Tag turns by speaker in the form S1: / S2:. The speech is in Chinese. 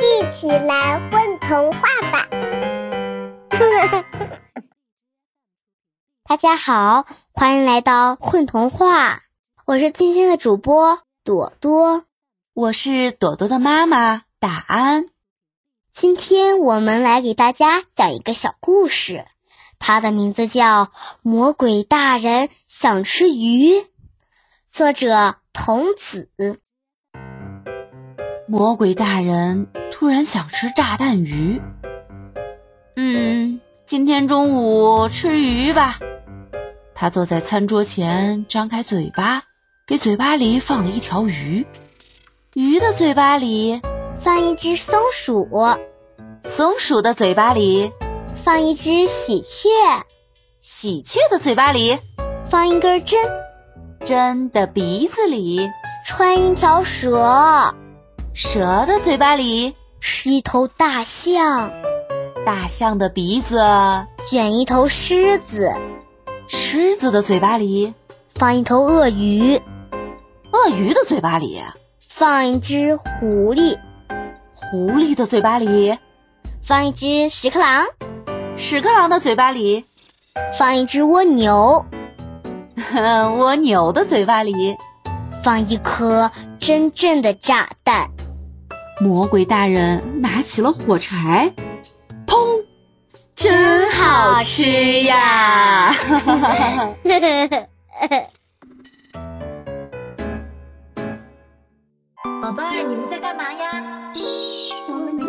S1: 一起来混童话吧！
S2: 大家好，欢迎来到混童话，我是今天的主播朵朵，
S3: 我是朵朵的妈妈大安。
S2: 今天我们来给大家讲一个小故事，它的名字叫《魔鬼大人想吃鱼》，作者童子。
S3: 魔鬼大人突然想吃炸弹鱼。嗯，今天中午吃鱼吧。他坐在餐桌前，张开嘴巴，给嘴巴里放了一条鱼。鱼的嘴巴里
S2: 放一只松鼠，
S3: 松鼠的嘴巴里
S2: 放一只喜鹊，
S3: 喜鹊的嘴巴里
S2: 放一根针，
S3: 针的鼻子里
S2: 穿一条蛇。
S3: 蛇的嘴巴里
S2: 是一头大象，
S3: 大象的鼻子
S2: 卷一头狮子，
S3: 狮子的嘴巴里
S2: 放一头鳄鱼，
S3: 鳄鱼的嘴巴里
S2: 放一只狐狸，
S3: 狐狸的嘴巴里
S2: 放一只屎壳郎，
S3: 屎壳郎的嘴巴里
S2: 放一只蜗牛，
S3: 蜗牛的嘴巴里
S2: 放一颗真正的炸弹。
S3: 魔鬼大人拿起了火柴，砰！
S2: 真好吃 呀！
S4: 宝贝儿，你们在干嘛呀？
S1: 嘘，我们